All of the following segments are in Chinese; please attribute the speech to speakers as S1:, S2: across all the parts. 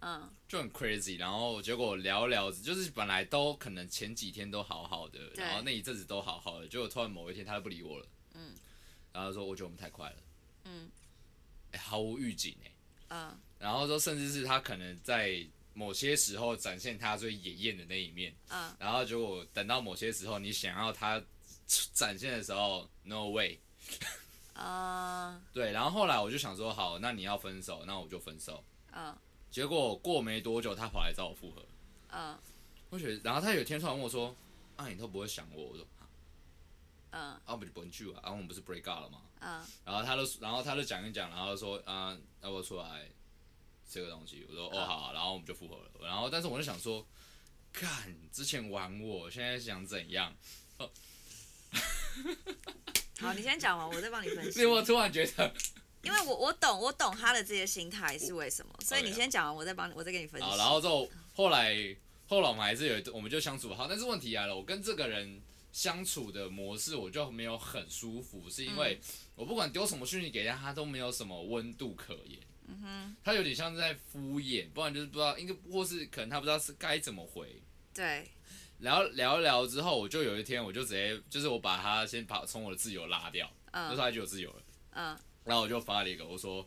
S1: 嗯，
S2: 就很 crazy。然后结果聊聊，就是本来都可能前几天都好好的，
S1: 对
S2: 然后那一阵子都好好的，结果突然某一天他就不理我了。
S1: 嗯，
S2: 然后他说我觉得我们太快了，
S1: 嗯
S2: 哎毫无预警哎、
S1: 嗯
S2: 然后说甚至是他可能在某些时候展现他最野艳的那一面，
S1: 嗯，
S2: 然后结果等到某些时候你想要他展现的时候，no way。
S1: 啊
S2: 对，然后后来我就想说，好，那你要分手，那我就分手。
S1: 嗯
S2: 结果过没多久，他跑来找我复合，
S1: 嗯
S2: 我觉得，然后他有一天突然问我说：“啊，你都不会想我？”我说啊：“
S1: 嗯
S2: 啊，不就不能去啊？啊，我们不是 break up 了吗
S1: 嗯？”
S2: 然后他就，然后他就讲一讲，然后就说：“啊，要不要出来吃个东西？”我说：“哦，
S1: 嗯
S2: 好啊、然后我们就复合了。然后，但是我就想说，看之前玩我，现在想怎样？
S1: 好，你先讲完，我再帮你 分析
S2: 所以。我突然觉得，
S1: 因为我我懂我懂他的这些心态是为什么，所以你
S2: OK 啊
S1: 先讲完，我再帮你，我再给你分析。
S2: 好，然后之后后来后来我们还是有一段，我们就相处好，但是问题啊来了，我跟这个人相处的模式我就没有很舒服，是因为我不管丢什么讯息给他，他都没有什么温度可言。嗯哼，他有点像是在敷衍，不然就是不知道，应该或是可能他不知道是该怎么回。
S1: 对，
S2: 聊聊一聊之后，我就有一天我就直接就是我把他先把从我的自由拉掉，那时
S1: 嗯
S2: 候他就有自由了。
S1: 嗯
S2: 然后我就发了一个，我说，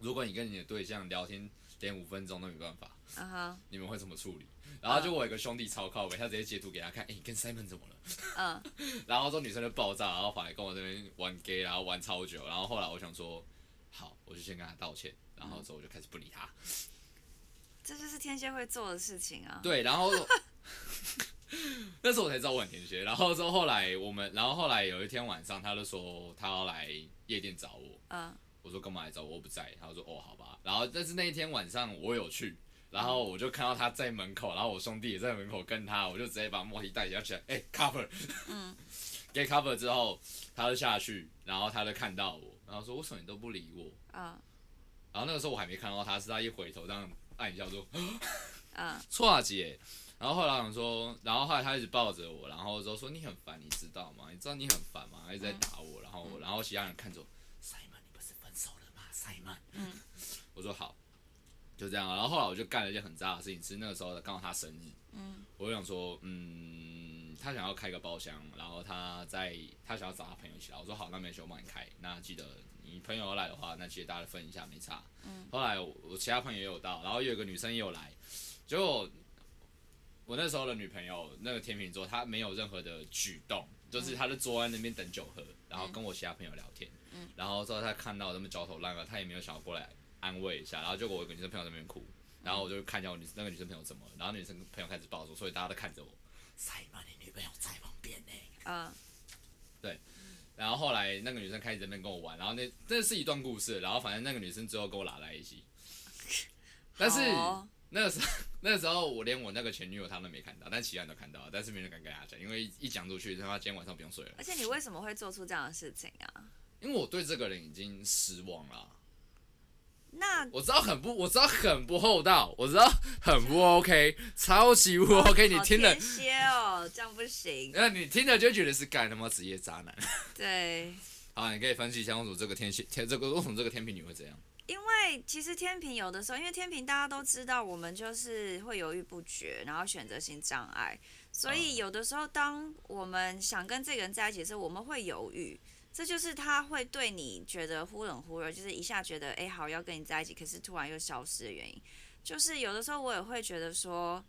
S2: 如果你跟你的对象聊天连五分钟都没办法，
S1: 嗯哼
S2: 你们会怎么处理？然后就我有一个兄弟超靠北，他直接截图给他看，哎、你跟 Simon 怎么了？
S1: 嗯
S2: 然后说女生就爆炸，然后跑来跟我这边玩 gay，然后玩超久，然后后来我想说，好，我就先跟他道歉，然后之后我就开始不理他。
S1: 这就是天蝎会做的事情啊。
S2: 对，然后那时候我才知道我很天蝎，然后之后后来我们，然后后来有一天晚上，他就说他要来夜店找我，
S1: 嗯
S2: 我说干嘛来找我？我不在。他说哦，好吧。然后但是那一天晚上我有去，然后我就看到他在门口，然后我兄弟也在门口跟他，我就直接把莫提带起来，起来，哎、c o v e r
S1: 嗯
S2: 给 cover 之后，他就下去，然后他就看到我，然后说为什么你都不理我？
S1: 嗯
S2: 然后那个时候我还没看到他，是他一回头这样按一下说
S1: 嗯
S2: 错啊姐。然后后来我想说，然后后来他一直抱着我，然后就说你很烦，你知道吗？你知道你很烦吗？他一直在打我，然后然后其他人看着我，Simon 你不是分手了吗？Simon，
S1: 嗯
S2: 我说好，就这样。啊然后后来我就干了一件很渣的事情，是那个时候刚好他生日，
S1: 嗯
S2: 我就想说，嗯，他想要开个包厢，然后他在他想要找他朋友一起来，我说好，那没事，我帮你开。那记得你朋友要来的话，那记得大家分一下，没差。
S1: 嗯
S2: 后来我我其他朋友也有到，然后有一个女生也有来，结果我那时候的女朋友那个天秤座，她没有任何的举动，就是她就坐在那边等酒喝，然后跟我其他朋友聊天，
S1: 嗯
S2: 然后之后她看到我那么焦头烂额，她也没有想要过来安慰一下，然后结果我有个女生朋友在那边哭，然后我就看一下我女那个女生朋友怎么了，然后女生朋友开始抱住，所以大家都看着我，塞满你女朋友在旁边呢、
S1: 嗯
S2: 然后后来那个女生开始在那边跟我玩，然后那这是一段故事，然后反正那个女生最后跟我拉在一 起，但是
S1: 好哦
S2: 那个时候 那个时候我连我那个前女友她都没看到，但其他人都看到了，但是没人敢跟她讲，因为一一讲出去，他妈今天晚上不用睡了，
S1: 而且你为什么会做出这样的事情啊？
S2: 因为我对这个人已经失望了。
S1: 那
S2: 我知道很不，我知道很不厚道，我知道很不 OK，超级不 OK。你
S1: 好
S2: 听了
S1: 天，蝎哦，这样不行。
S2: 那你听了就觉得是干他妈职业渣男。
S1: 对，
S2: 好，你可以分析一下为什么这个天蝎天这个为什么这个天秤女会这样？
S1: 因为其实天平有的时候，因为天平大家都知道，我们就是会犹豫不决，然后选择性障碍，所
S2: 嗯
S1: 以有的时候当我们想跟这个人在一起的时候，我们会犹豫。这就是他会对你觉得忽冷忽热，就是一下觉得哎好要跟你在一起，可是突然又消失的原因。就是有的时候我也会觉得说，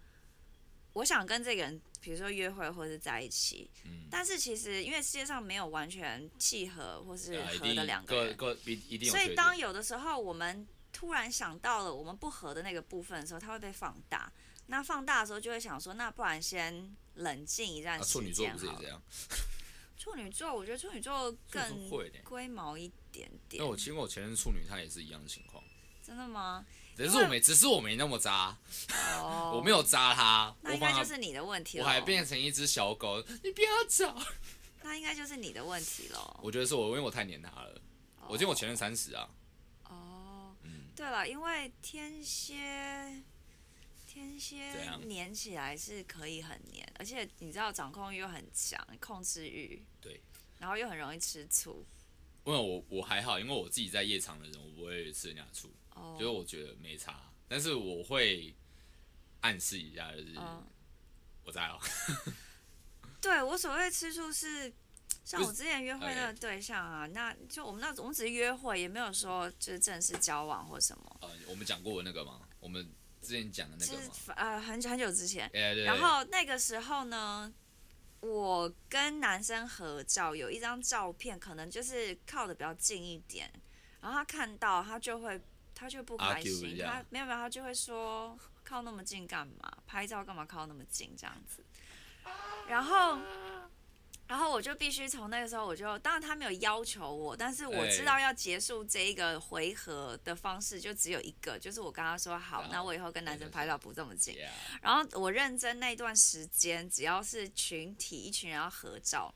S1: 我想跟这个人，比如说约会或是在一起，
S2: 嗯
S1: 但是其实因为世界上没有完全契合或是
S2: 啊一
S1: 合的
S2: 定
S1: 两个
S2: 各
S1: 人，
S2: 各一一定有
S1: 所
S2: 缺
S1: 以
S2: 点。
S1: 当有的时候我们突然想到了我们不合的那个部分的时候，它会被放大。那放大的时候就会想说，那不然先冷静一段
S2: 啊
S1: 时
S2: 处
S1: 间、
S2: 女座不是也这？样？
S1: 处女座，我觉得处女座
S2: 处
S1: 更
S2: 女座会的
S1: 龟毛一点点
S2: 那。我听过我前任处女，她也是一样的情况，
S1: 真的吗？
S2: 只是我没，只是我没那么渣，
S1: 哦、
S2: 我没，有渣她，
S1: 那
S2: 我
S1: 应
S2: 反
S1: 该
S2: 而、
S1: 就是你的问题
S2: 我
S1: 了。
S2: 还变成一只小狗，你不要走。
S1: 那应该就是你的问题喽。
S2: 我觉得是我，因为我太黏她了，我见我前任三十啊，
S1: 哦，
S2: 嗯，
S1: 对了，因为天蝎，天蝎
S2: 怎样
S1: 黏起来是可以很黏，而且你知道掌控欲又很强，控制欲，
S2: 对。
S1: 然后又很容易吃醋。
S2: 因为我我还好，因为我自己在夜场的人，我不会吃人家的醋，
S1: 哦
S2: 就是我觉得没差。但是我会暗示一下，就是、
S1: 嗯，
S2: 我在哦，
S1: 对我所谓吃醋是，像
S2: 不是哎
S1: 我之前约会那个对象啊，那就我们那我们只是约会，也没有说就是正式交往或什么，
S2: 呃，我们讲过那个嘛，我们之前讲的那
S1: 就
S2: 个
S1: 是
S2: 嘛，
S1: 呃很久很久之前，
S2: 哎、对对
S1: 然后那个时候呢，我跟男生合照，有一张照片可能就是靠的比较近一点，然后他看到他就会他就不开
S2: Argue
S1: 心，
S2: 一下
S1: 他没有没有他就会说靠那么近干嘛？拍照干嘛靠那么近这样子？然后。然后我就必须从那个时候，我就当然他没有要求我，但是我
S2: 哎
S1: 知道要结束这一个回合的方式就只有一个，就是我跟他说好，
S2: 好
S1: 那我以后跟男生拍照不这么近。
S2: Yeah，
S1: 然后我认真那段时间，只要是群体一群人要合照，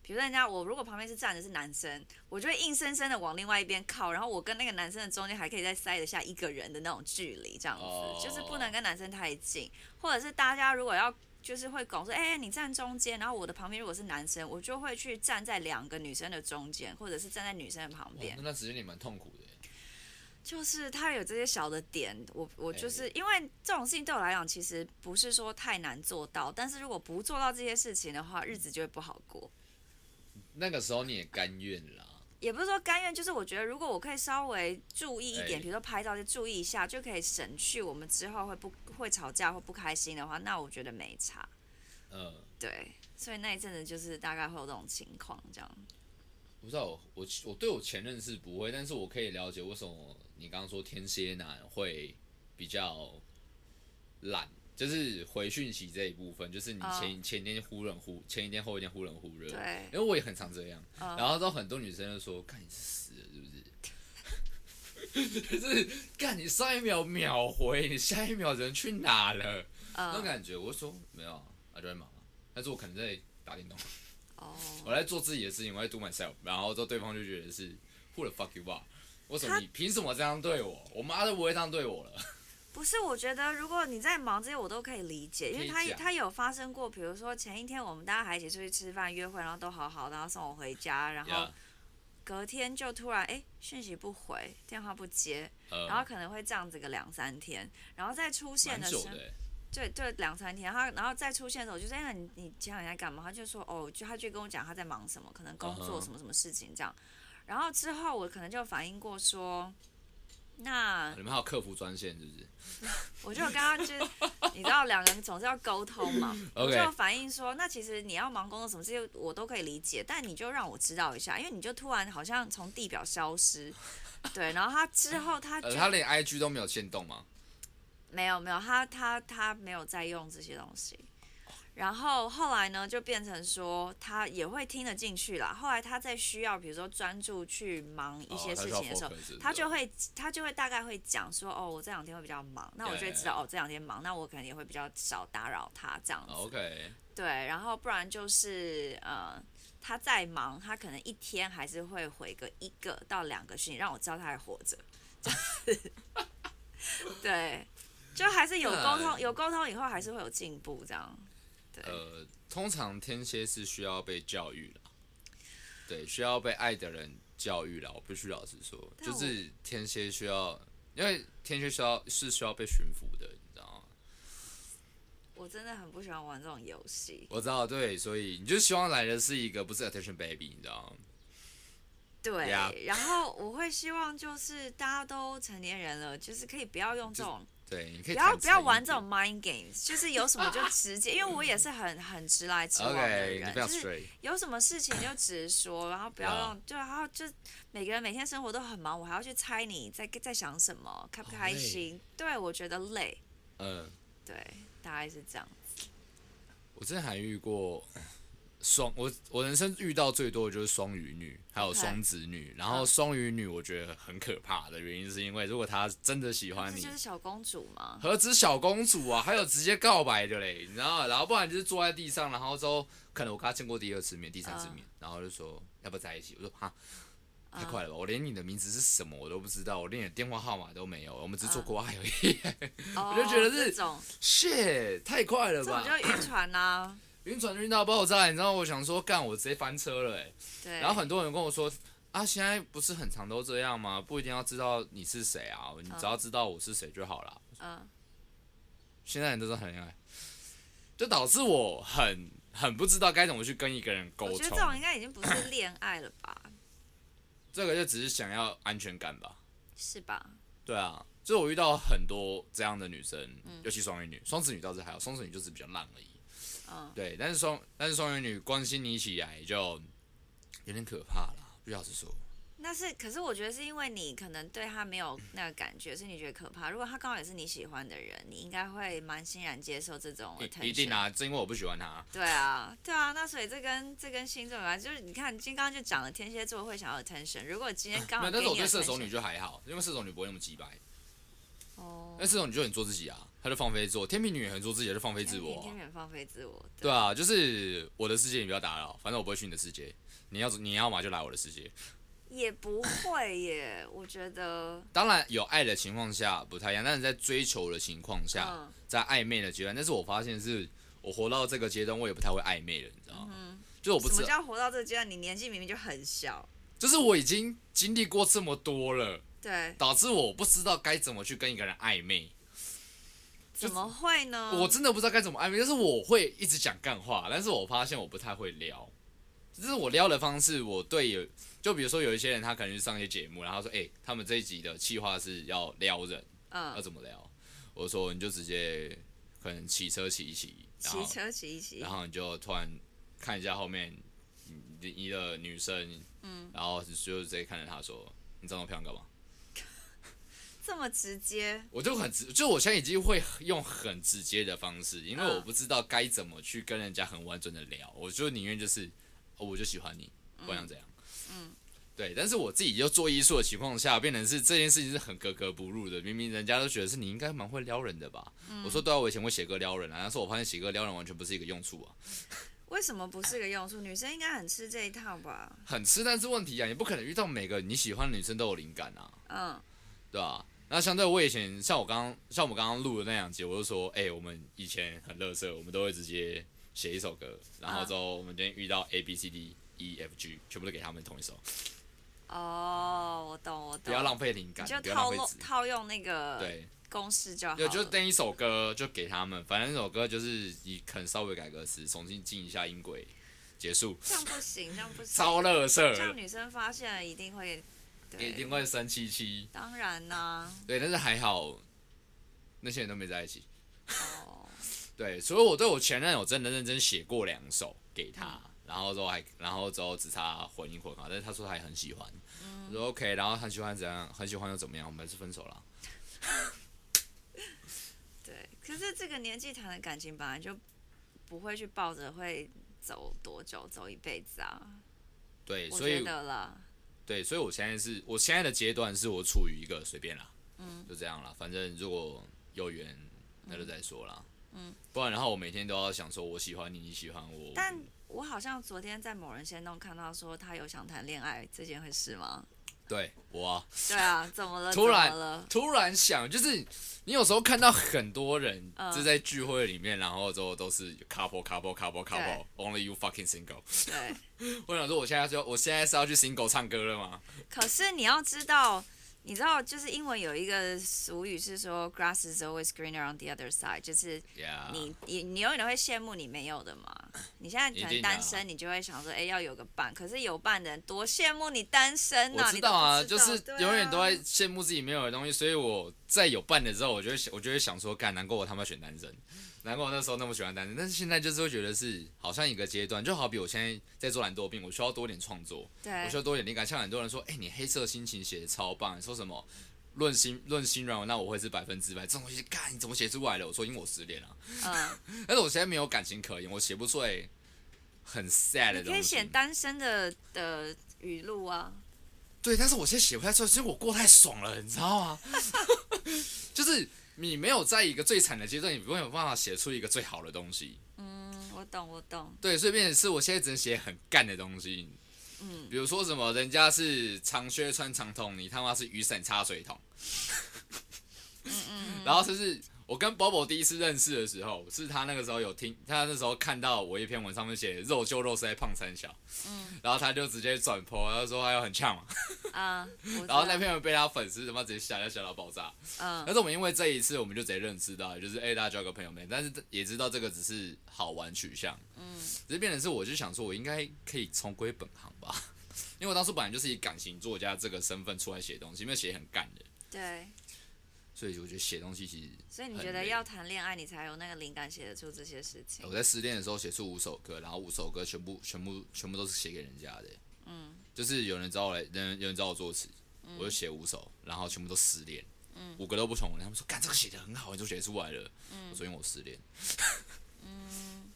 S1: 比如说人家我如果旁边是站的是男生，我就会硬生生的往另外一边靠，然后我跟那个男生的中间还可以再塞得下一个人的那种距离，这样子、
S2: 哦
S1: 就是不能跟男生太近，或者是大家如果要。就是会拱说，哎、你站中间，然后我的旁边如果是男生，我就会去站在两个女生的中间，或者是站在女生的旁
S2: 哇
S1: 边。
S2: 那段时间也蛮痛苦的耶，
S1: 就是他有这些小的点，我我就
S2: 哎
S1: 是、因为这种事情对我来讲，其实不是说太难做到，但是如果不做到这些事情的话，日子就会不好过。
S2: 那个时候你也甘愿啦，
S1: 也不是说甘愿，就是我觉得如果我可以稍微注意一点，
S2: 哎
S1: 比如说拍照就注意一下，就可以省去我们之后会不会吵架或不开心的话，那我觉得没差。
S2: 嗯、
S1: 对，所以那一阵子就是大概会有这种情况这样。
S2: 我不知道我我我对我前任是不会，但是我可以了解为什么你刚刚说天蝎男会比较懒，就是回讯息这一部分，就是你前、前一天忽冷忽，前一天后一天忽冷忽热。
S1: 对
S2: 因为我也很常这样，
S1: 嗯
S2: 然后到很多女生就说：“看你是死了是不是？” 就是干你上一秒秒回，你下一秒人去哪了？那种
S1: 嗯，
S2: 感觉，我就说没有啊，啊就在忙啊，但是我可能在打电动。
S1: 哦，
S2: 我在做自己的事情，我在 do myself，然后之后对方就觉得是 who the fuck you are，为什么你凭什么这样对我？我妈都不会这样对我了。
S1: 不是，我觉得如果你在忙这些，我都可以理解，因为
S2: 可以
S1: 他
S2: 讲
S1: 他有发生过，比如说前一天我们大家还一起出去吃饭、约会，然后都好好的，然后送我回家，然后
S2: Yeah，
S1: 隔天就突然哎讯息不回，电话不接，
S2: 呃，
S1: 然后可能会这样子个两三天，然后再出
S2: 蛮
S1: 现的时
S2: 久
S1: 候，
S2: 的欸，
S1: 对对两三天，他然后再出现的时候，我就说哎那你你前两天在干嘛？他就说哦，就他就跟我讲他在忙什么，可能工
S2: 嗯
S1: 作
S2: 哼
S1: 什么什么事情这样，然后之后我可能就反映过说，那
S2: 你们还有客服专线是不是
S1: 我就有跟他 就是，你知道两个人总是要沟通嘛，我就
S2: ？OK，
S1: 有反映说，那其实你要忙工作什么这些我都可以理解，但你就让我知道一下，因为你就突然好像从地表消 失，对，然后他之后他就、
S2: 呃，他连 IG 都没有限动吗？
S1: 没有没有他他他没有再用这些东西，然后后来呢就变成说他也会听得进去啦，后来他在需要比如说专注去忙一些
S2: 哦他
S1: 事
S2: 需要
S1: 情的时候，
S2: focus，
S1: 他
S2: 对
S1: 就会他就会大概会讲说，哦，我这两天会比较忙，那我就会知道哦，这两天忙，那我可能也会比较少打扰他这样
S2: 哦
S1: 子。
S2: OK，
S1: 对，然后不然就是呃，他再忙，他可能一天还是会回个一个到两个讯息，让我知道他还活着， 就是对，就还是有沟通，
S2: 对
S1: 有沟通以后还是会有进步这样。对，
S2: 呃，通常天蝎是需要被教育的，对，需要被爱的人教育了。我必须老实说，
S1: 但
S2: 就
S1: 我
S2: 是天蝎需要，因为天蝎需要是需要被驯服的，你知道吗？
S1: 我真的很不喜欢玩这种游戏。
S2: 我知道，对，所以你就希望来的是一个不是 attention baby，你知道吗？
S1: 对
S2: Yeah
S1: 然后我会希望就是大家都成年人了，就是可以不要用这
S2: 就
S1: 种
S2: 对，你可以
S1: 不要
S2: 坦
S1: 不要
S2: 诚一点
S1: 玩这种 mind games，就是有什么就直接，因为我也是很很直来直往的
S2: OK，你
S1: 人
S2: 不要
S1: 就是
S2: straight，
S1: 有什么事情就直说，然后不要
S2: Yeah
S1: 让，就然后就每个人每天生活都很忙，我还要去猜你在在想什么，开不
S2: 好
S1: 开
S2: 累
S1: 心？对，我觉得累，
S2: 嗯，
S1: 对，大概是这样。
S2: 我之前还遇过呃双，我我人生遇到最多的就是双鱼女，还有
S1: OK
S2: 双子女。然后
S1: 嗯
S2: 双鱼女我觉得很可怕的原因是因为，如果她真的喜欢
S1: 这
S2: 你
S1: 就，是小公主 嘛，
S2: 何止小公主啊，还有直接告白的嘞，你知道吗？然后不然就是坐在地上，然后之后可能我跟她见过第二次面、第三次面，
S1: 啊
S2: 然后就说要不要在一起？我说哈。太快了吧！我连你的名字是什么我都不知道，我连你的电话号码都没有，我们只是做过爱而已。
S1: 啊我
S2: 就觉得
S1: 哦这
S2: 是
S1: 种
S2: Shit，太快了
S1: 这种
S2: 吧！
S1: 就晕船啊啦，
S2: 晕船晕到爆炸，你知道我想说，干我直接翻车了哎、
S1: 对，
S2: 然后很多人跟我说，啊，
S1: 啊
S2: 现在不是很常都这样吗？不一定要知道你是谁啊，你只要知道我是谁就好了。
S1: 嗯，
S2: 现在人都是很恋爱，就导致我很很不知道该怎么去跟一个人沟
S1: 我觉得
S2: 通
S1: 这。种应该已经不是恋爱了吧？
S2: 这个就只是想要安全感吧。
S1: 是吧？
S2: 对啊，就是我遇到很多这样的女生，尤其双鱼女，双子女倒是还好，双子女就是比较浪而已。
S1: 嗯，
S2: 对，但是双但是双鱼女关心你起来就有点可怕啦，不老实说。
S1: 那是，可是我觉得是因为你可能对他没有那个感觉，所以你觉得可怕。如果他刚好也是你喜欢的人，你应该会蛮欣然接受这种
S2: 一
S1: attention。
S2: 一定啊，正因为我不喜欢她。
S1: 对啊，对啊，那所以这跟这跟星座有关，就是你看，今天刚刚就讲了天蝎座会想要 attention，如果今天刚
S2: 没
S1: 好
S2: 有，
S1: 给
S2: 但
S1: 哦你
S2: 是我对
S1: attention，
S2: 射手女就还好，因为射手女不会那么鸡掰。
S1: 哦
S2: 但，射手女就很做自己啊，她就放飞自我。天秤女也很做自己，她就放飞自我
S1: 天
S2: 啊、
S1: 天远放飞自我，
S2: 对啊，就是我的世界你不要打扰，反正我不会去你的世界。你要你要嘛就来我的世界。
S1: 也不会耶，我觉得，
S2: 当然有爱的情况下不太一样，但是在追求的情况下，
S1: 嗯
S2: 在暧昧的阶段，但是我发现是我活到这个阶段，我也不太会暧昧了，你知道吗？
S1: 嗯，
S2: 就是我不
S1: 什么
S2: 知道，
S1: 叫活到这阶段？你年纪明明就很小，
S2: 就是我已经经历过这么多了，
S1: 对，
S2: 导致我不知道该怎么去跟一个人暧昧。就
S1: 怎么会呢？
S2: 我真的不知道该怎么暧昧，但是我会一直讲干话，但是我发现我不太会撩。就是我撩的方式，我对有，就比如说有一些人，他可能去上一些节目，然后说，哎、他们这一集的企划是要撩人，要
S1: 嗯，
S2: 怎么撩？我说你就直接可能骑车骑一骑，然后
S1: 骑车骑一骑
S2: 然，后你就突然看一下后面你你你的女生，
S1: 嗯，
S2: 然后就直接看着她说：“你长那么漂亮干嘛
S1: 这么直接？”，
S2: 我就很直，就我现在已经会用很直接的方式，因为
S1: 嗯
S2: 我不知道该怎么去跟人家很完整的聊，我就宁愿就是、哦我就喜欢你，我想怎样。
S1: 嗯
S2: 对，但是我自己就做艺术的情况下，变成是这件事情是很格格不入的。明明人家都觉得是你应该蛮会撩人的吧？
S1: 嗯
S2: 我说对啊，我以前会写歌撩人啊，但是我发现写歌撩人完全不是一个用处啊。
S1: 为什么不是个用处？女生应该很吃这一套吧？
S2: 很吃，但是问题啊，你不可能遇到每个你喜欢的女生都有灵感啊，
S1: 嗯
S2: 对吧、啊那相对我以前像我刚刚像我们刚刚录的那两集，我就说，哎、我们以前很乐色，我们都会直接写一首歌，然后之
S1: 啊
S2: 后我们今天遇到 A B C D E F G，全部都给他们同一首，
S1: 哦，我懂我懂，
S2: 不要浪费灵
S1: 你
S2: 感
S1: 就，
S2: 不要浪
S1: 套
S2: 费
S1: 用
S2: 纸，
S1: 套用那个
S2: 对，
S1: 公式就好
S2: 就就
S1: 了。
S2: 那一首歌就给他们，反正那首歌就是你可能稍微改歌词，重新进一下音轨，结束，
S1: 这样不行，这样不 行，
S2: 超乐色
S1: 这，样女生发现了一定会，对，
S2: 一定会生气气，
S1: 当然啦、
S2: 对，但是还好那些人都没在一起。
S1: 哦，
S2: 对，所以我对我前任有真的认真写过两首给他，
S1: 嗯
S2: 然后之后还，然后之后只差混一混啊，但是他说他也很喜欢，
S1: 嗯
S2: 我说 OK，然后很喜欢怎样，很喜欢又怎么样，我们还是分手了。
S1: 对。可是这个年纪谈的感情本来就不会去抱着会走多久，走一辈子啊，
S2: 对，
S1: 我
S2: 所
S1: 觉
S2: 以
S1: 得啦，
S2: 对，所以我现在是我现在的阶段是我处于一个随便啦，
S1: 嗯，
S2: 就这样啦，反正如果有缘那就再说啦，
S1: 嗯，
S2: 不然然后我每天都要想说我喜欢你，你喜欢我，
S1: 但我好像昨天在某人先弄看到说他有想谈恋爱这件回事吗？
S2: 对我啊，
S1: 对啊，怎么了？
S2: 突然
S1: 怎么了？
S2: 突然想，就是你有时候看到很多人
S1: 嗯
S2: 就在聚会里面，然后之后都是 couple couple couple couple only you fucking single。
S1: 对。
S2: 我想说，我现在就我现在是要去 single 唱歌了吗？
S1: 可是你要知道，你知道，就是英文有一个俗语是说 “grass is always greener on the other side”，就是
S2: 啊
S1: 你你你永远都会羡慕你没有的嘛。你现在
S2: 一
S1: 可能
S2: 定的啊
S1: 单身，你就会想说，哎、要有个伴。可是有伴的人多羡慕你单身呐、
S2: 我知道啊，
S1: 你都
S2: 就
S1: 不
S2: 是
S1: 知道
S2: 永远都在
S1: 对啊
S2: 羡慕自己没有的东西，所以我在有伴的时候，我就会想，我就会想说，干，难怪我他妈选单身，难怪我那时候那么喜欢单身，但是现在就是会觉得是好像一个阶段，就好比我现在在做懒惰病，我需要多点创作，我需
S1: 对
S2: 要多一点灵感。像很多人说，哎、你黑色心情写的超棒，你说什么论心论心软，那我会是百分之百。这种东西，干你怎么写出来的？我说因为我失恋了、啊
S1: 嗯，
S2: 哎但是我现在没有感情可言，我写不出来很 sad 的
S1: 你可
S2: 东
S1: 以
S2: 西
S1: 选。单身的的语录啊。
S2: 对，但是我现在写不太出来，所以我过太爽了，你知道吗？ 就是你没有在一个最惨的阶段，你没有办法写出一个最好的东西。
S1: 嗯，我懂，我懂。
S2: 对，所以变成是我现在只能写很干的东西。
S1: 嗯，
S2: 比如说什么，人家是长靴 穿长筒，你他妈是雨伞插水桶。嗯嗯然后就是我跟 Bobo 第一次认识的时候，是他那个时候有听，他那时候看到我一篇文上面写肉就肉是在胖三小，
S1: 嗯
S2: 然后他就直接转 po，他就说他有很呛嘛，
S1: 啊，我知
S2: 然后那
S1: 道
S2: 篇文被他粉丝他妈直接下掉下到爆炸。但
S1: 嗯
S2: 是我们因为这一次我们就直接认知到，就是哎、大家交个朋友们，但是也知道这个只是好玩取向，
S1: 嗯
S2: 只是变成是我就想说我应该可以重归本行吧， 因为我当初本来就是以感情作家这个身份出来写东西，因为写很干的，
S1: 对，
S2: 所以我觉得写东西其实
S1: 所以你
S2: 很
S1: 觉得
S2: 累哦
S1: 要谈恋爱，你才有那个灵感写得出这些事情
S2: 我？在失恋的时候写出五首歌，然后五首歌全部全部全部都是写给人家的，
S1: 嗯
S2: 就是有人找我来，人有人找我作词，我就写五首，然后全部都失恋，
S1: 嗯
S2: 五个都不同人，他们说干这个写的很好，你都写出来了，我说因为我失恋，
S1: 嗯，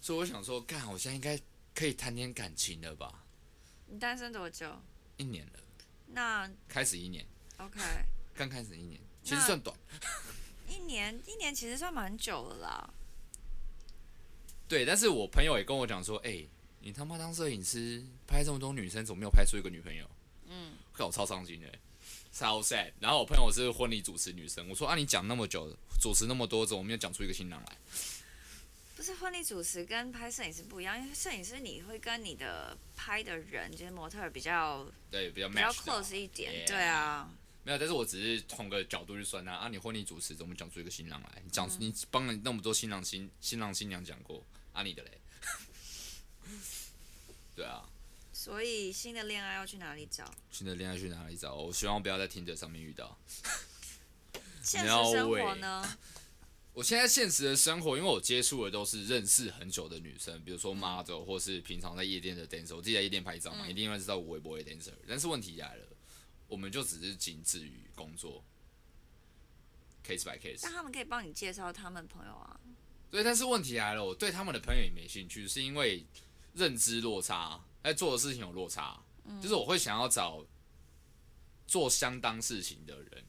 S2: 所以我想说干，我现在应该可以谈点感情了吧？
S1: 你单身多久？
S2: 一年了，
S1: 那
S2: 开始一年，
S1: OK，
S2: 刚开始一年，其实
S1: 那
S2: 算短，
S1: 一年一年其实算蛮久了啦。
S2: 对，但是我朋友也跟我讲说，哎、你他妈当摄影师拍这么多女生，怎么没有拍出一个女朋友？
S1: 嗯，
S2: 看我超伤心的、超 sad。然后我朋友是婚礼主持女生，我说啊，你讲那么久，主持那么多，怎么没有讲出一个新郎来？
S1: 不是婚礼主持跟拍摄影师不一样，因为摄影师你会跟你的拍的人，就是模特儿比较
S2: 对，比较
S1: 比较
S2: match 到
S1: close 一点。
S2: Yeah
S1: 对啊，
S2: 没有，但是我只是从个角度去算他啊，你婚礼主持怎么讲出一个新郎来？你讲、你帮了那么多新郎新新郎新娘讲过啊，你的嘞？ 对啊，
S1: 所以新的恋爱要去哪里找？
S2: 新的恋爱去哪里找？我希望不要在听者上面遇到。
S1: 现实生活呢？
S2: 我现在现实的生活，因为我接触的都是认识很久的女生，比如说 model 或是平常在夜店的 dancer，我自己在夜店拍照嘛，
S1: 嗯
S2: 一定会知道我会不会 dancer。但是问题来了，我们就只是仅止于工作，case by case
S1: 但。他们可以帮你介绍他们朋友啊。
S2: 对，但是问题来了，我对他们的朋友也没兴趣，是因为认知落差，哎，做的事情有落差，
S1: 嗯
S2: 就是我会想要找做相当事情的人，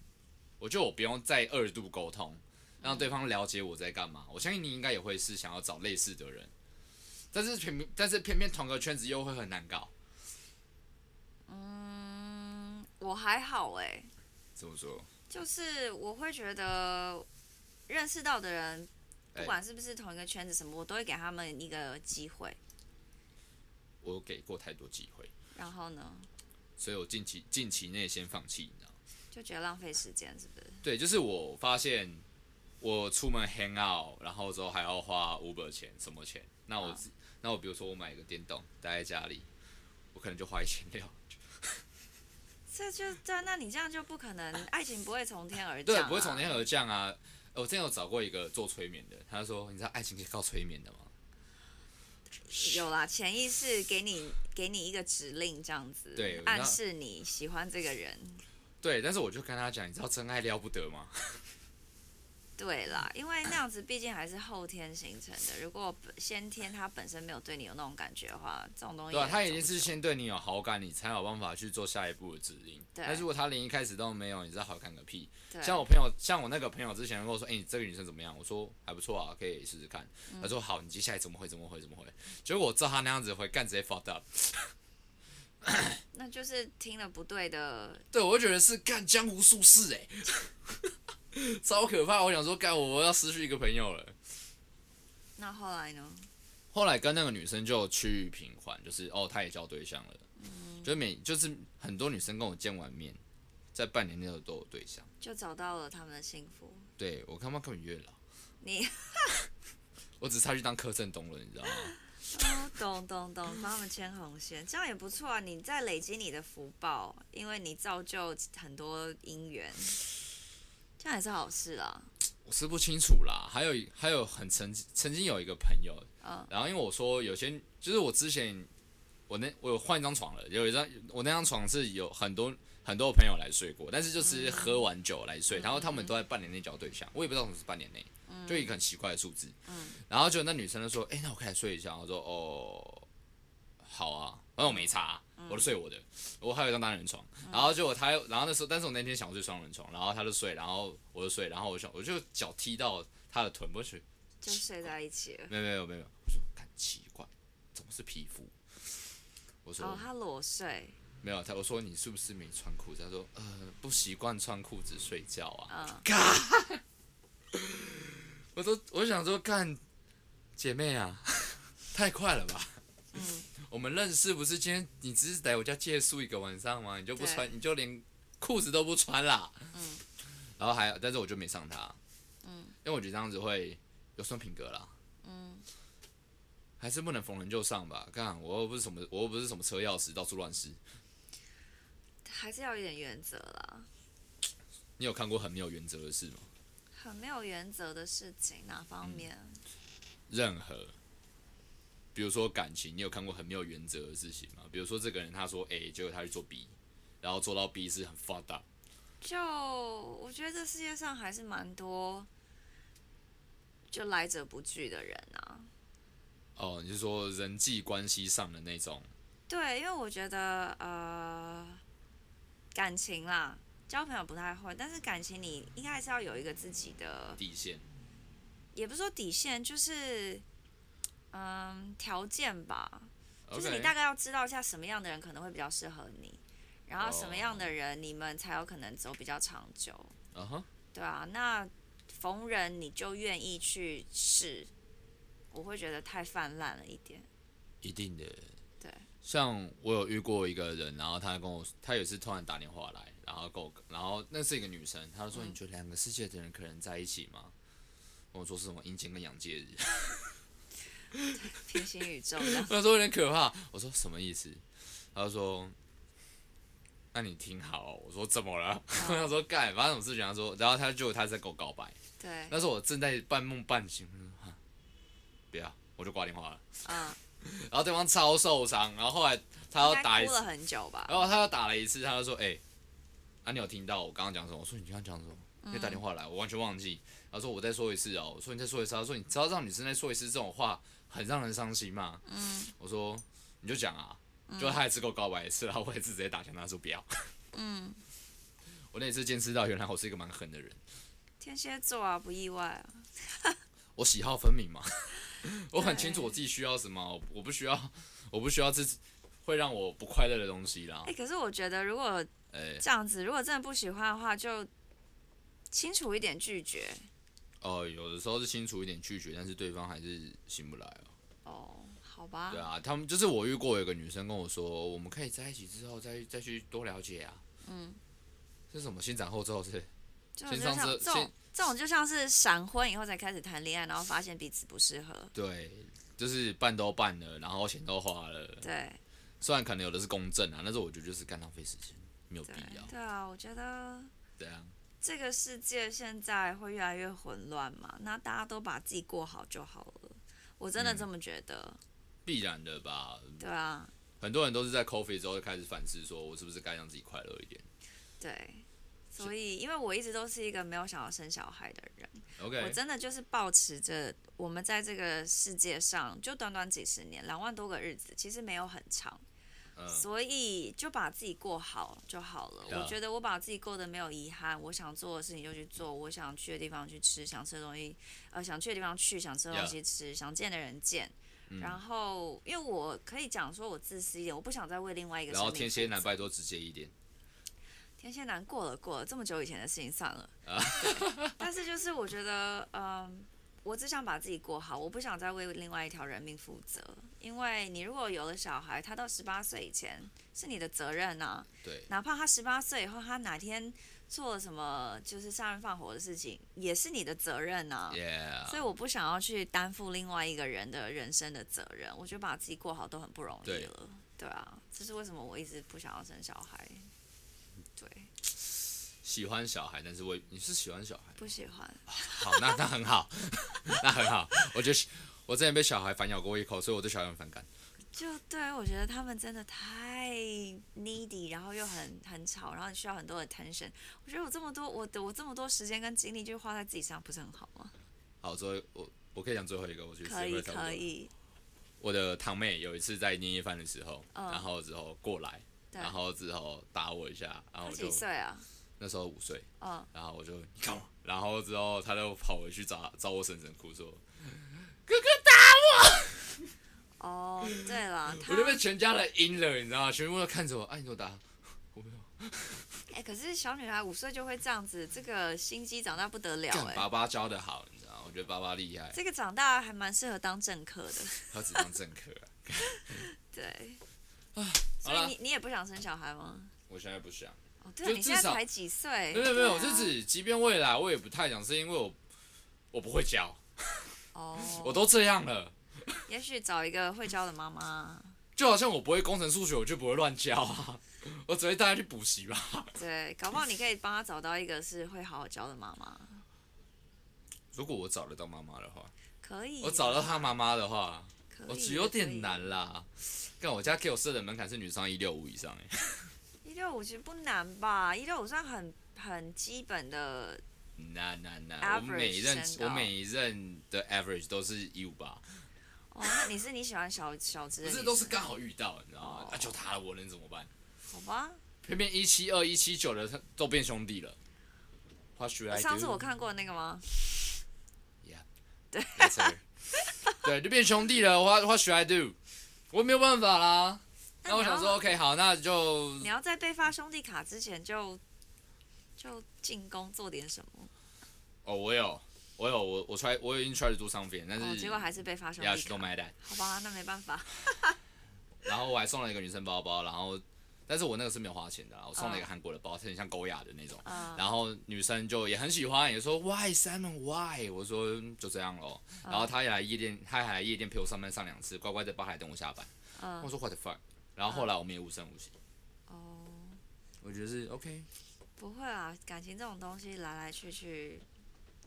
S2: 我觉得我不用再二度沟通，让对方了解我在干嘛。我相信你应该也会是想要找类似的人，但是偏但是偏偏同个圈子又会很难搞，
S1: 嗯，我还好哎、
S2: 怎么说？
S1: 就是我会觉得认识到的
S2: 哎
S1: 人，不管是不是同一个圈子什么，我都会给他们一个机会。
S2: 我给过太多机会，
S1: 然后呢，
S2: 所以我近期近期内先放弃，你知道吗。
S1: 就觉得浪费时间，是不是？
S2: 对，就是我发现我出门 hang out，然后之后还要花 Uber 钱，什么钱？那我、
S1: 啊
S2: 自那我比如说我买一个电动，待在家里，我可能就花一千六。
S1: 这就对，那你这样就不可能，爱情不会从天而降、
S2: 对
S1: 啊，，
S2: 不会从天而降啊！呃我之前有找过一个做催眠的，他说：“你知道爱情是靠催眠的吗
S1: 有啦，潜意识给你给你一个指令，这样子，
S2: 对我知道
S1: 暗示你喜欢这个人。？”
S2: 对，但是我就跟他讲，你知道真爱了不得吗？
S1: 对啦，因为那样子毕竟还是后天形成的。如果本先天他本身没有对你有那种感觉的话，这种东西
S2: 对啊，他
S1: 哦也
S2: 一定
S1: 走
S2: 是
S1: 不久
S2: 先对你有好感，你才有办法去做下一步的指令。
S1: 对
S2: 但如果他连一开始都没有，你知道好看个屁。
S1: 对
S2: 像我朋友，像我那个朋友之前跟我说，哎、你这个女生怎么样？我说还不错啊，可以试试看。他说好，你接下来怎么会怎么会怎么会？结果我照他那样子回，干直接 fucked up。
S1: 那就是听了不对的，
S2: 对，我就觉得是干江湖术士哎、 超可怕。我想说，干我要失去一个朋友了。
S1: 那后来呢？
S2: 后来跟那个女生就趋于平缓，就是哦，她也交对象了，就每就是很多女生跟我见完面，在半年内都有对象。
S1: 就找到了他们的幸福。
S2: 对我他妈根本月老，
S1: 你
S2: 我只差去当柯震东了，你知道吗？
S1: 哦， 懂懂懂，帮他们牵红线，这样也不错啊。你在累积你的福报，因为你造就很多姻缘，这样也是好事啊啦。
S2: 我是不清楚啦。还有还有很曾曾经有一个朋友，
S1: 嗯
S2: 然后因为我说有些就是我之前我那我有换一张床了，有一张我那张床是有很多很多朋友来睡过，但是就是喝完酒来
S1: 嗯
S2: 睡，然后他们都在半年内找对象，我也不知道什么是半年内，就一个很奇怪的数字。
S1: 嗯
S2: 然后就那女生就说：“哎、那我可以来睡一下。”我说：“哦，好啊。”然后我没差，
S1: 嗯
S2: 我就睡我的，我还有一张单人床。然后结果他，然后那时候，但是我那天想要睡双人床，然后他就睡，然后我就睡，然后我就想，我就脚踢到他的臀，我就觉得
S1: 就睡在一起了。
S2: 没有没有没有，没有我说看奇怪，怎么是皮肤？我说、
S1: 哦，他裸睡，
S2: 没有，他我说你是不呃是没穿裤子？他说呃不习惯穿裤子睡觉啊。
S1: 嗯，
S2: 嘎，我都我想说，干姐妹啊，太快了吧！
S1: 嗯，
S2: 我们认识不是今天你只是来我家借宿一个晚上吗？你就不
S1: 对
S2: 穿，你就连裤子都不穿啦。
S1: 嗯。
S2: 然后还，但是我就没上他。
S1: 嗯。
S2: 因为我觉得这样子会有损品格啦。
S1: 嗯。
S2: 还是不能逢人就上吧。干，我又不是什么，我又不是什么车钥匙，到处乱试。
S1: 还是要有点原则啦。
S2: 你有看过很没有原则的事吗？
S1: 很没有原则的事情，哪方面？
S2: 任何，比如说感情，你有看过很没有原则的事情吗？比如说这个人他说 A，结果他去做 B，然后做到 B 是很 fucked up。
S1: 就我觉得这世界上还是蛮多就来者不拒的人啊。
S2: 哦，你是说人际关系上的那种？
S1: 对，因为我觉得呃，感情啦，交朋友不太会，但是感情你应该还是要有一个自己的，
S2: 底线，
S1: 也不是说底线，就是嗯条件吧，就是
S2: OK
S1: 你大概要知道一下什么样的人可能会比较适合你，然后什么样的
S2: 哦
S1: 人你们才有可能走比较长久，
S2: 嗯哼，
S1: 对啊，那逢人你就愿意去试，我会觉得太泛滥了一点，
S2: 一定的。
S1: 对，
S2: 像我有遇过一个人，然后他跟我，他有一次突然打电话来，然后跟我，然后那是一个女生，她就说：“
S1: 嗯
S2: 你觉得两个世界的人可能在一起吗？”我说：“是什么阴间跟阳界日？”，
S1: 平行宇宙这样
S2: 我说有点可怕。我说什么意思？他就说：“那你听好哦、我说：“怎么了？” 我想说：“干，发生什么事情？”他说：“然后他就他在跟我告白，
S1: 对，
S2: 那时候我正在半梦半醒，我说哈不要，我就挂电话了。”
S1: 嗯，
S2: 然后对方超受伤，然后后来他
S1: 应
S2: 要
S1: 该
S2: 打一
S1: 哭
S2: 次
S1: 了，很久吧，
S2: 然后他又打了一次，他就说：“哎、啊，你有听到我刚刚讲什么？”我说：“你刚刚讲什么？”
S1: 嗯
S2: 因为打电话来，我完全忘记。他说：“我再说一次哦。”我说：“你再说一次。”他说：“你知道让女生再说一次这种话很让人伤心吗？”
S1: 嗯，
S2: 我说：“你就讲啊。”就他也是给我告白一次，然后我也是直接打枪，他说不要。
S1: 嗯，
S2: 我那一次见识到，原来我是一个蛮狠的人，
S1: 天蝎座啊，不意外啊，
S2: 我喜好分明嘛， 我很
S1: 对
S2: 清楚我自己需要什么，我我不需要，我不需要自己会让我不快乐的东西啦
S1: 哎、。可是我觉得如果
S2: 哎、
S1: 这样子，如果真的不喜欢的话，就清楚一点拒绝
S2: 哦，有的时候是清楚一点拒绝，但是对方还是醒不来哦。
S1: 哦，好吧
S2: 对，啊，他们就是我遇过有个女生跟我说，我们可以在一起之后再再去多了解啊。
S1: 嗯，
S2: 这是什么先斩后奏是？
S1: 就
S2: 先
S1: 就
S2: 上
S1: 像
S2: 车
S1: 这
S2: 先
S1: 种这种就像是闪婚以后才开始谈恋爱，然后发现彼此不适合，
S2: 对，就是办都办了，然后钱都花了，
S1: 对
S2: 虽然可能有的是公证啊，但是我觉得就是干浪费时间，没有必
S1: 对
S2: 要。
S1: 对啊，我觉得。
S2: 对啊，
S1: 这个世界现在会越来越混乱嘛？那大家都把自己过好就好了，我真的这么觉得。
S2: 必然嗯的吧。
S1: 对啊，
S2: 很多人都是在 coffee 之后就开始反思，说我是不是该让自己快乐一点
S1: 对，所以因为我一直都是一个没有想要生小孩的人，我
S2: ？OK，
S1: 真的就是保持着我们在这个世界上就短短几十年，两万多个日子，其实没有很长，
S2: 嗯，啊
S1: 所以就把自己过好就好了。
S2: Yeah
S1: 我觉得我把自己过得没有遗憾，我想做的事情就去做，我想去的地方去吃，想吃的东西，呃，想去的地方去，想吃的东西吃，想见的人见。
S2: 嗯
S1: 然后，因为我可以讲说，我自私一点，我不想再为另外一个
S2: 然后
S1: 生命
S2: 天蝎
S1: 负
S2: 男
S1: 责
S2: 拜托直接一点。
S1: 天蝎男过了过了，这么久以前的事情算了。对但是就是我觉得，嗯，我只想把自己过好，我不想再为另外一条人命负责。因为你如果有了小孩，他到十八岁以前是你的责任呐、
S2: 对，
S1: 哪怕他十八岁以后，他哪天做了什么就是杀人放火的事情，也是你的责任呐、所
S2: Yeah，
S1: 以我不想要去担负另外一个人的人生的责任，我觉得把自己过好都很不容易
S2: 对
S1: 了。对啊，这是为什么我一直不想要生小孩。对，
S2: 喜欢小孩，但是我你是喜欢小孩吗。
S1: 不喜欢。
S2: 好，那 那很好，那很好。我觉得我之前被小孩反咬过一口，所以我对小孩很反感。
S1: 就对我觉得他们真的太 needy，然后又很很吵，然后需要很多 attention。我觉得我这么多，我的我这么多时间跟精力就花在自己上，不是很好吗？
S2: 好，最后我我可以讲最后一个，我觉得
S1: 可以
S2: 时间快差不多
S1: 可。以，
S2: 我的堂妹有一次在年夜饭的时候，
S1: 嗯
S2: 然后之后过来，
S1: 对。
S2: 然后之后打我一下，然后
S1: 他
S2: 我
S1: 几
S2: 就
S1: 岁嗯啊？
S2: 那时候五岁，
S1: 嗯，
S2: 然后我就你干嘛？然后之后他就跑回去找找我婶婶哭说，
S1: 哦，对了，
S2: 嗯
S1: 他
S2: 我就被全家人阴了，你知道吗？全部都看着我，哎、你怎么打？
S1: 哎、可是小女孩五岁就会这样子，这个心机长大不得了
S2: 干
S1: 哎、
S2: 爸爸教的好，你知道吗？我我觉得爸爸厉害，
S1: 这个长大还蛮适合当政客的，
S2: 他只当政客、啊。
S1: 对。
S2: 好
S1: 所以
S2: 啦
S1: 你你也不想生小孩吗？
S2: 我现在不想，
S1: 哦，对啊，
S2: 就
S1: 你现在
S2: 至少
S1: 才几岁？
S2: 没有没有没有，我
S1: 对啊
S2: 是指即便未来我也不太想，是因为我我不会教，
S1: 哦，
S2: 我都这样了，
S1: 也许找一个会教的妈妈，
S2: 就好像我不会工程数学，我就不会乱教啊，我只会带他去补习吧。
S1: 对，搞不好你可以帮他找到一个是会好好教的妈妈，
S2: 如果我找得到妈妈的话，
S1: 可以。
S2: 我找到他妈妈的话，
S1: 可以，
S2: 我只有点
S1: 可
S2: 难啦。但我家给我设的门槛是女生一六五以上、欸，
S1: 以。一六五其实不难吧？一六五算很很基本的，
S2: 那那那，
S1: Average
S2: 我每一任
S1: 身高
S2: 我每一任的 average 都是一五八，
S1: 哦，那你是你喜欢小小只的
S2: 不
S1: 女生？
S2: 是都是刚好遇到，你知道吗？
S1: 哦
S2: 啊，就他了，我能怎么办？
S1: 好吧。
S2: 偏偏一七二、一七九的他都变兄弟了。What should I do？
S1: 上次 我看过那个吗？
S2: Yes, sir 对，就变兄弟了。What What should I do？我没有办法啦。那我想说，OK，好，那就
S1: 你要在被发兄弟卡之前就就进攻做点什么，
S2: 哦，我有，我有，我我 try，我已经 try to do something，但
S1: 哦，
S2: 是
S1: 结果还是被发兄
S2: yeah
S1: 弟
S2: she don't
S1: 卡。
S2: my dad。
S1: 好吧，那没办法。
S2: 然后我还送了一个女生包包，然后但是我那个是没有花钱的啦，我送了一
S1: 哦
S2: 个韩国的包，是很像狗雅的那种。
S1: 啊、
S2: 然后女生就也很喜欢，也说 Why Simon Why？我说嗯就这样咯。
S1: 啊
S2: 然后她也来夜店，她还来夜店陪我上班上两次，乖乖在吧台等我下班。
S1: 嗯
S2: 我说 What the fuck？然后后来我们也无声无息，
S1: 哦，
S2: 我觉得是 OK，
S1: 不会啊，感情这种东西来来去去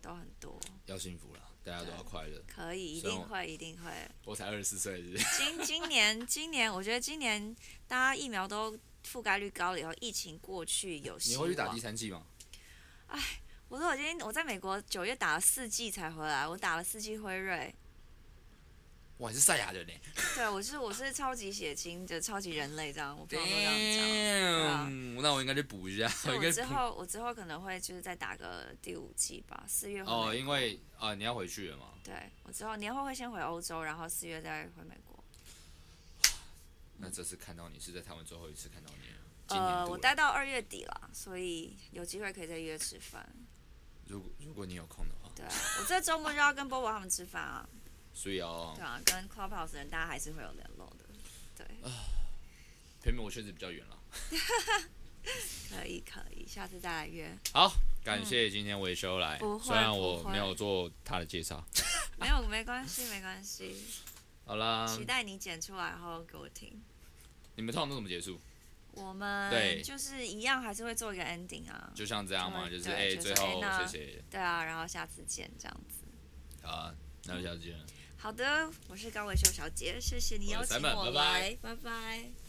S1: 都很多，
S2: 要幸福了，大家都要快乐。
S1: 可以，一
S2: 所以
S1: 定
S2: 我
S1: 会，一定会。
S2: 我才二十四岁，是不是
S1: 今今年今年，我觉得今年大家疫苗都覆盖率高了以后，疫情过去有希
S2: 你会去打第
S1: 望。
S2: 三季吗？
S1: 我说我今天我在美国九月打了四剂才回来，我打了四剂辉瑞。
S2: 我还是赛亚人呢、欸
S1: 对，我是我是超级血清的超级人类这样，我朋啊友都这样
S2: 嗯
S1: 讲。
S2: Damn，那我应该去补一下，
S1: 所
S2: 我
S1: 以
S2: 应
S1: 我
S2: 该
S1: 之
S2: 补。
S1: 后我之后可能会就是再打个第五季吧，四月回美国。
S2: 哦，因为啊、你要回去了嘛，
S1: 对我之后年后会先回欧洲，然后四月再回美国。
S2: 那这次看到你是在台湾最后一次看到你了。今年
S1: 呃，
S2: 度
S1: 我
S2: 了
S1: 待到二月底了，所以有机会可以再约吃饭。
S2: 如果如果你有空的话，
S1: 对啊，我这周末就要跟波波他们吃饭啊。
S2: 所以哦
S1: 对，啊，跟 Clubhouse 的人大家还是会有联络的。对，
S2: 啊偏偏我确实比较远了。
S1: 可以可以，下次再来约。
S2: 好，感谢今天维修来，
S1: 嗯不会
S2: 虽然
S1: 不
S2: 我
S1: 会
S2: 没有做他的介绍。
S1: 没有没关系没关系，
S2: 好啦，
S1: 期待你剪出来然后给我听。
S2: 你们通常都怎么结束？
S1: 我
S2: 对
S1: 们就是一样，还是会做一个 ending 啊。
S2: 就像这样吗？
S1: 对
S2: 就是哎、
S1: 对就是
S2: 最后
S1: 哎那
S2: 谢谢
S1: 对啊，然后下次见这样子。
S2: 好啊，那就下次见。
S1: 好的，我是高维修小姐，谢谢你
S2: 我
S1: 邀
S2: 是
S1: 请
S2: Simon，
S1: 我
S2: 拜拜
S1: 来，拜拜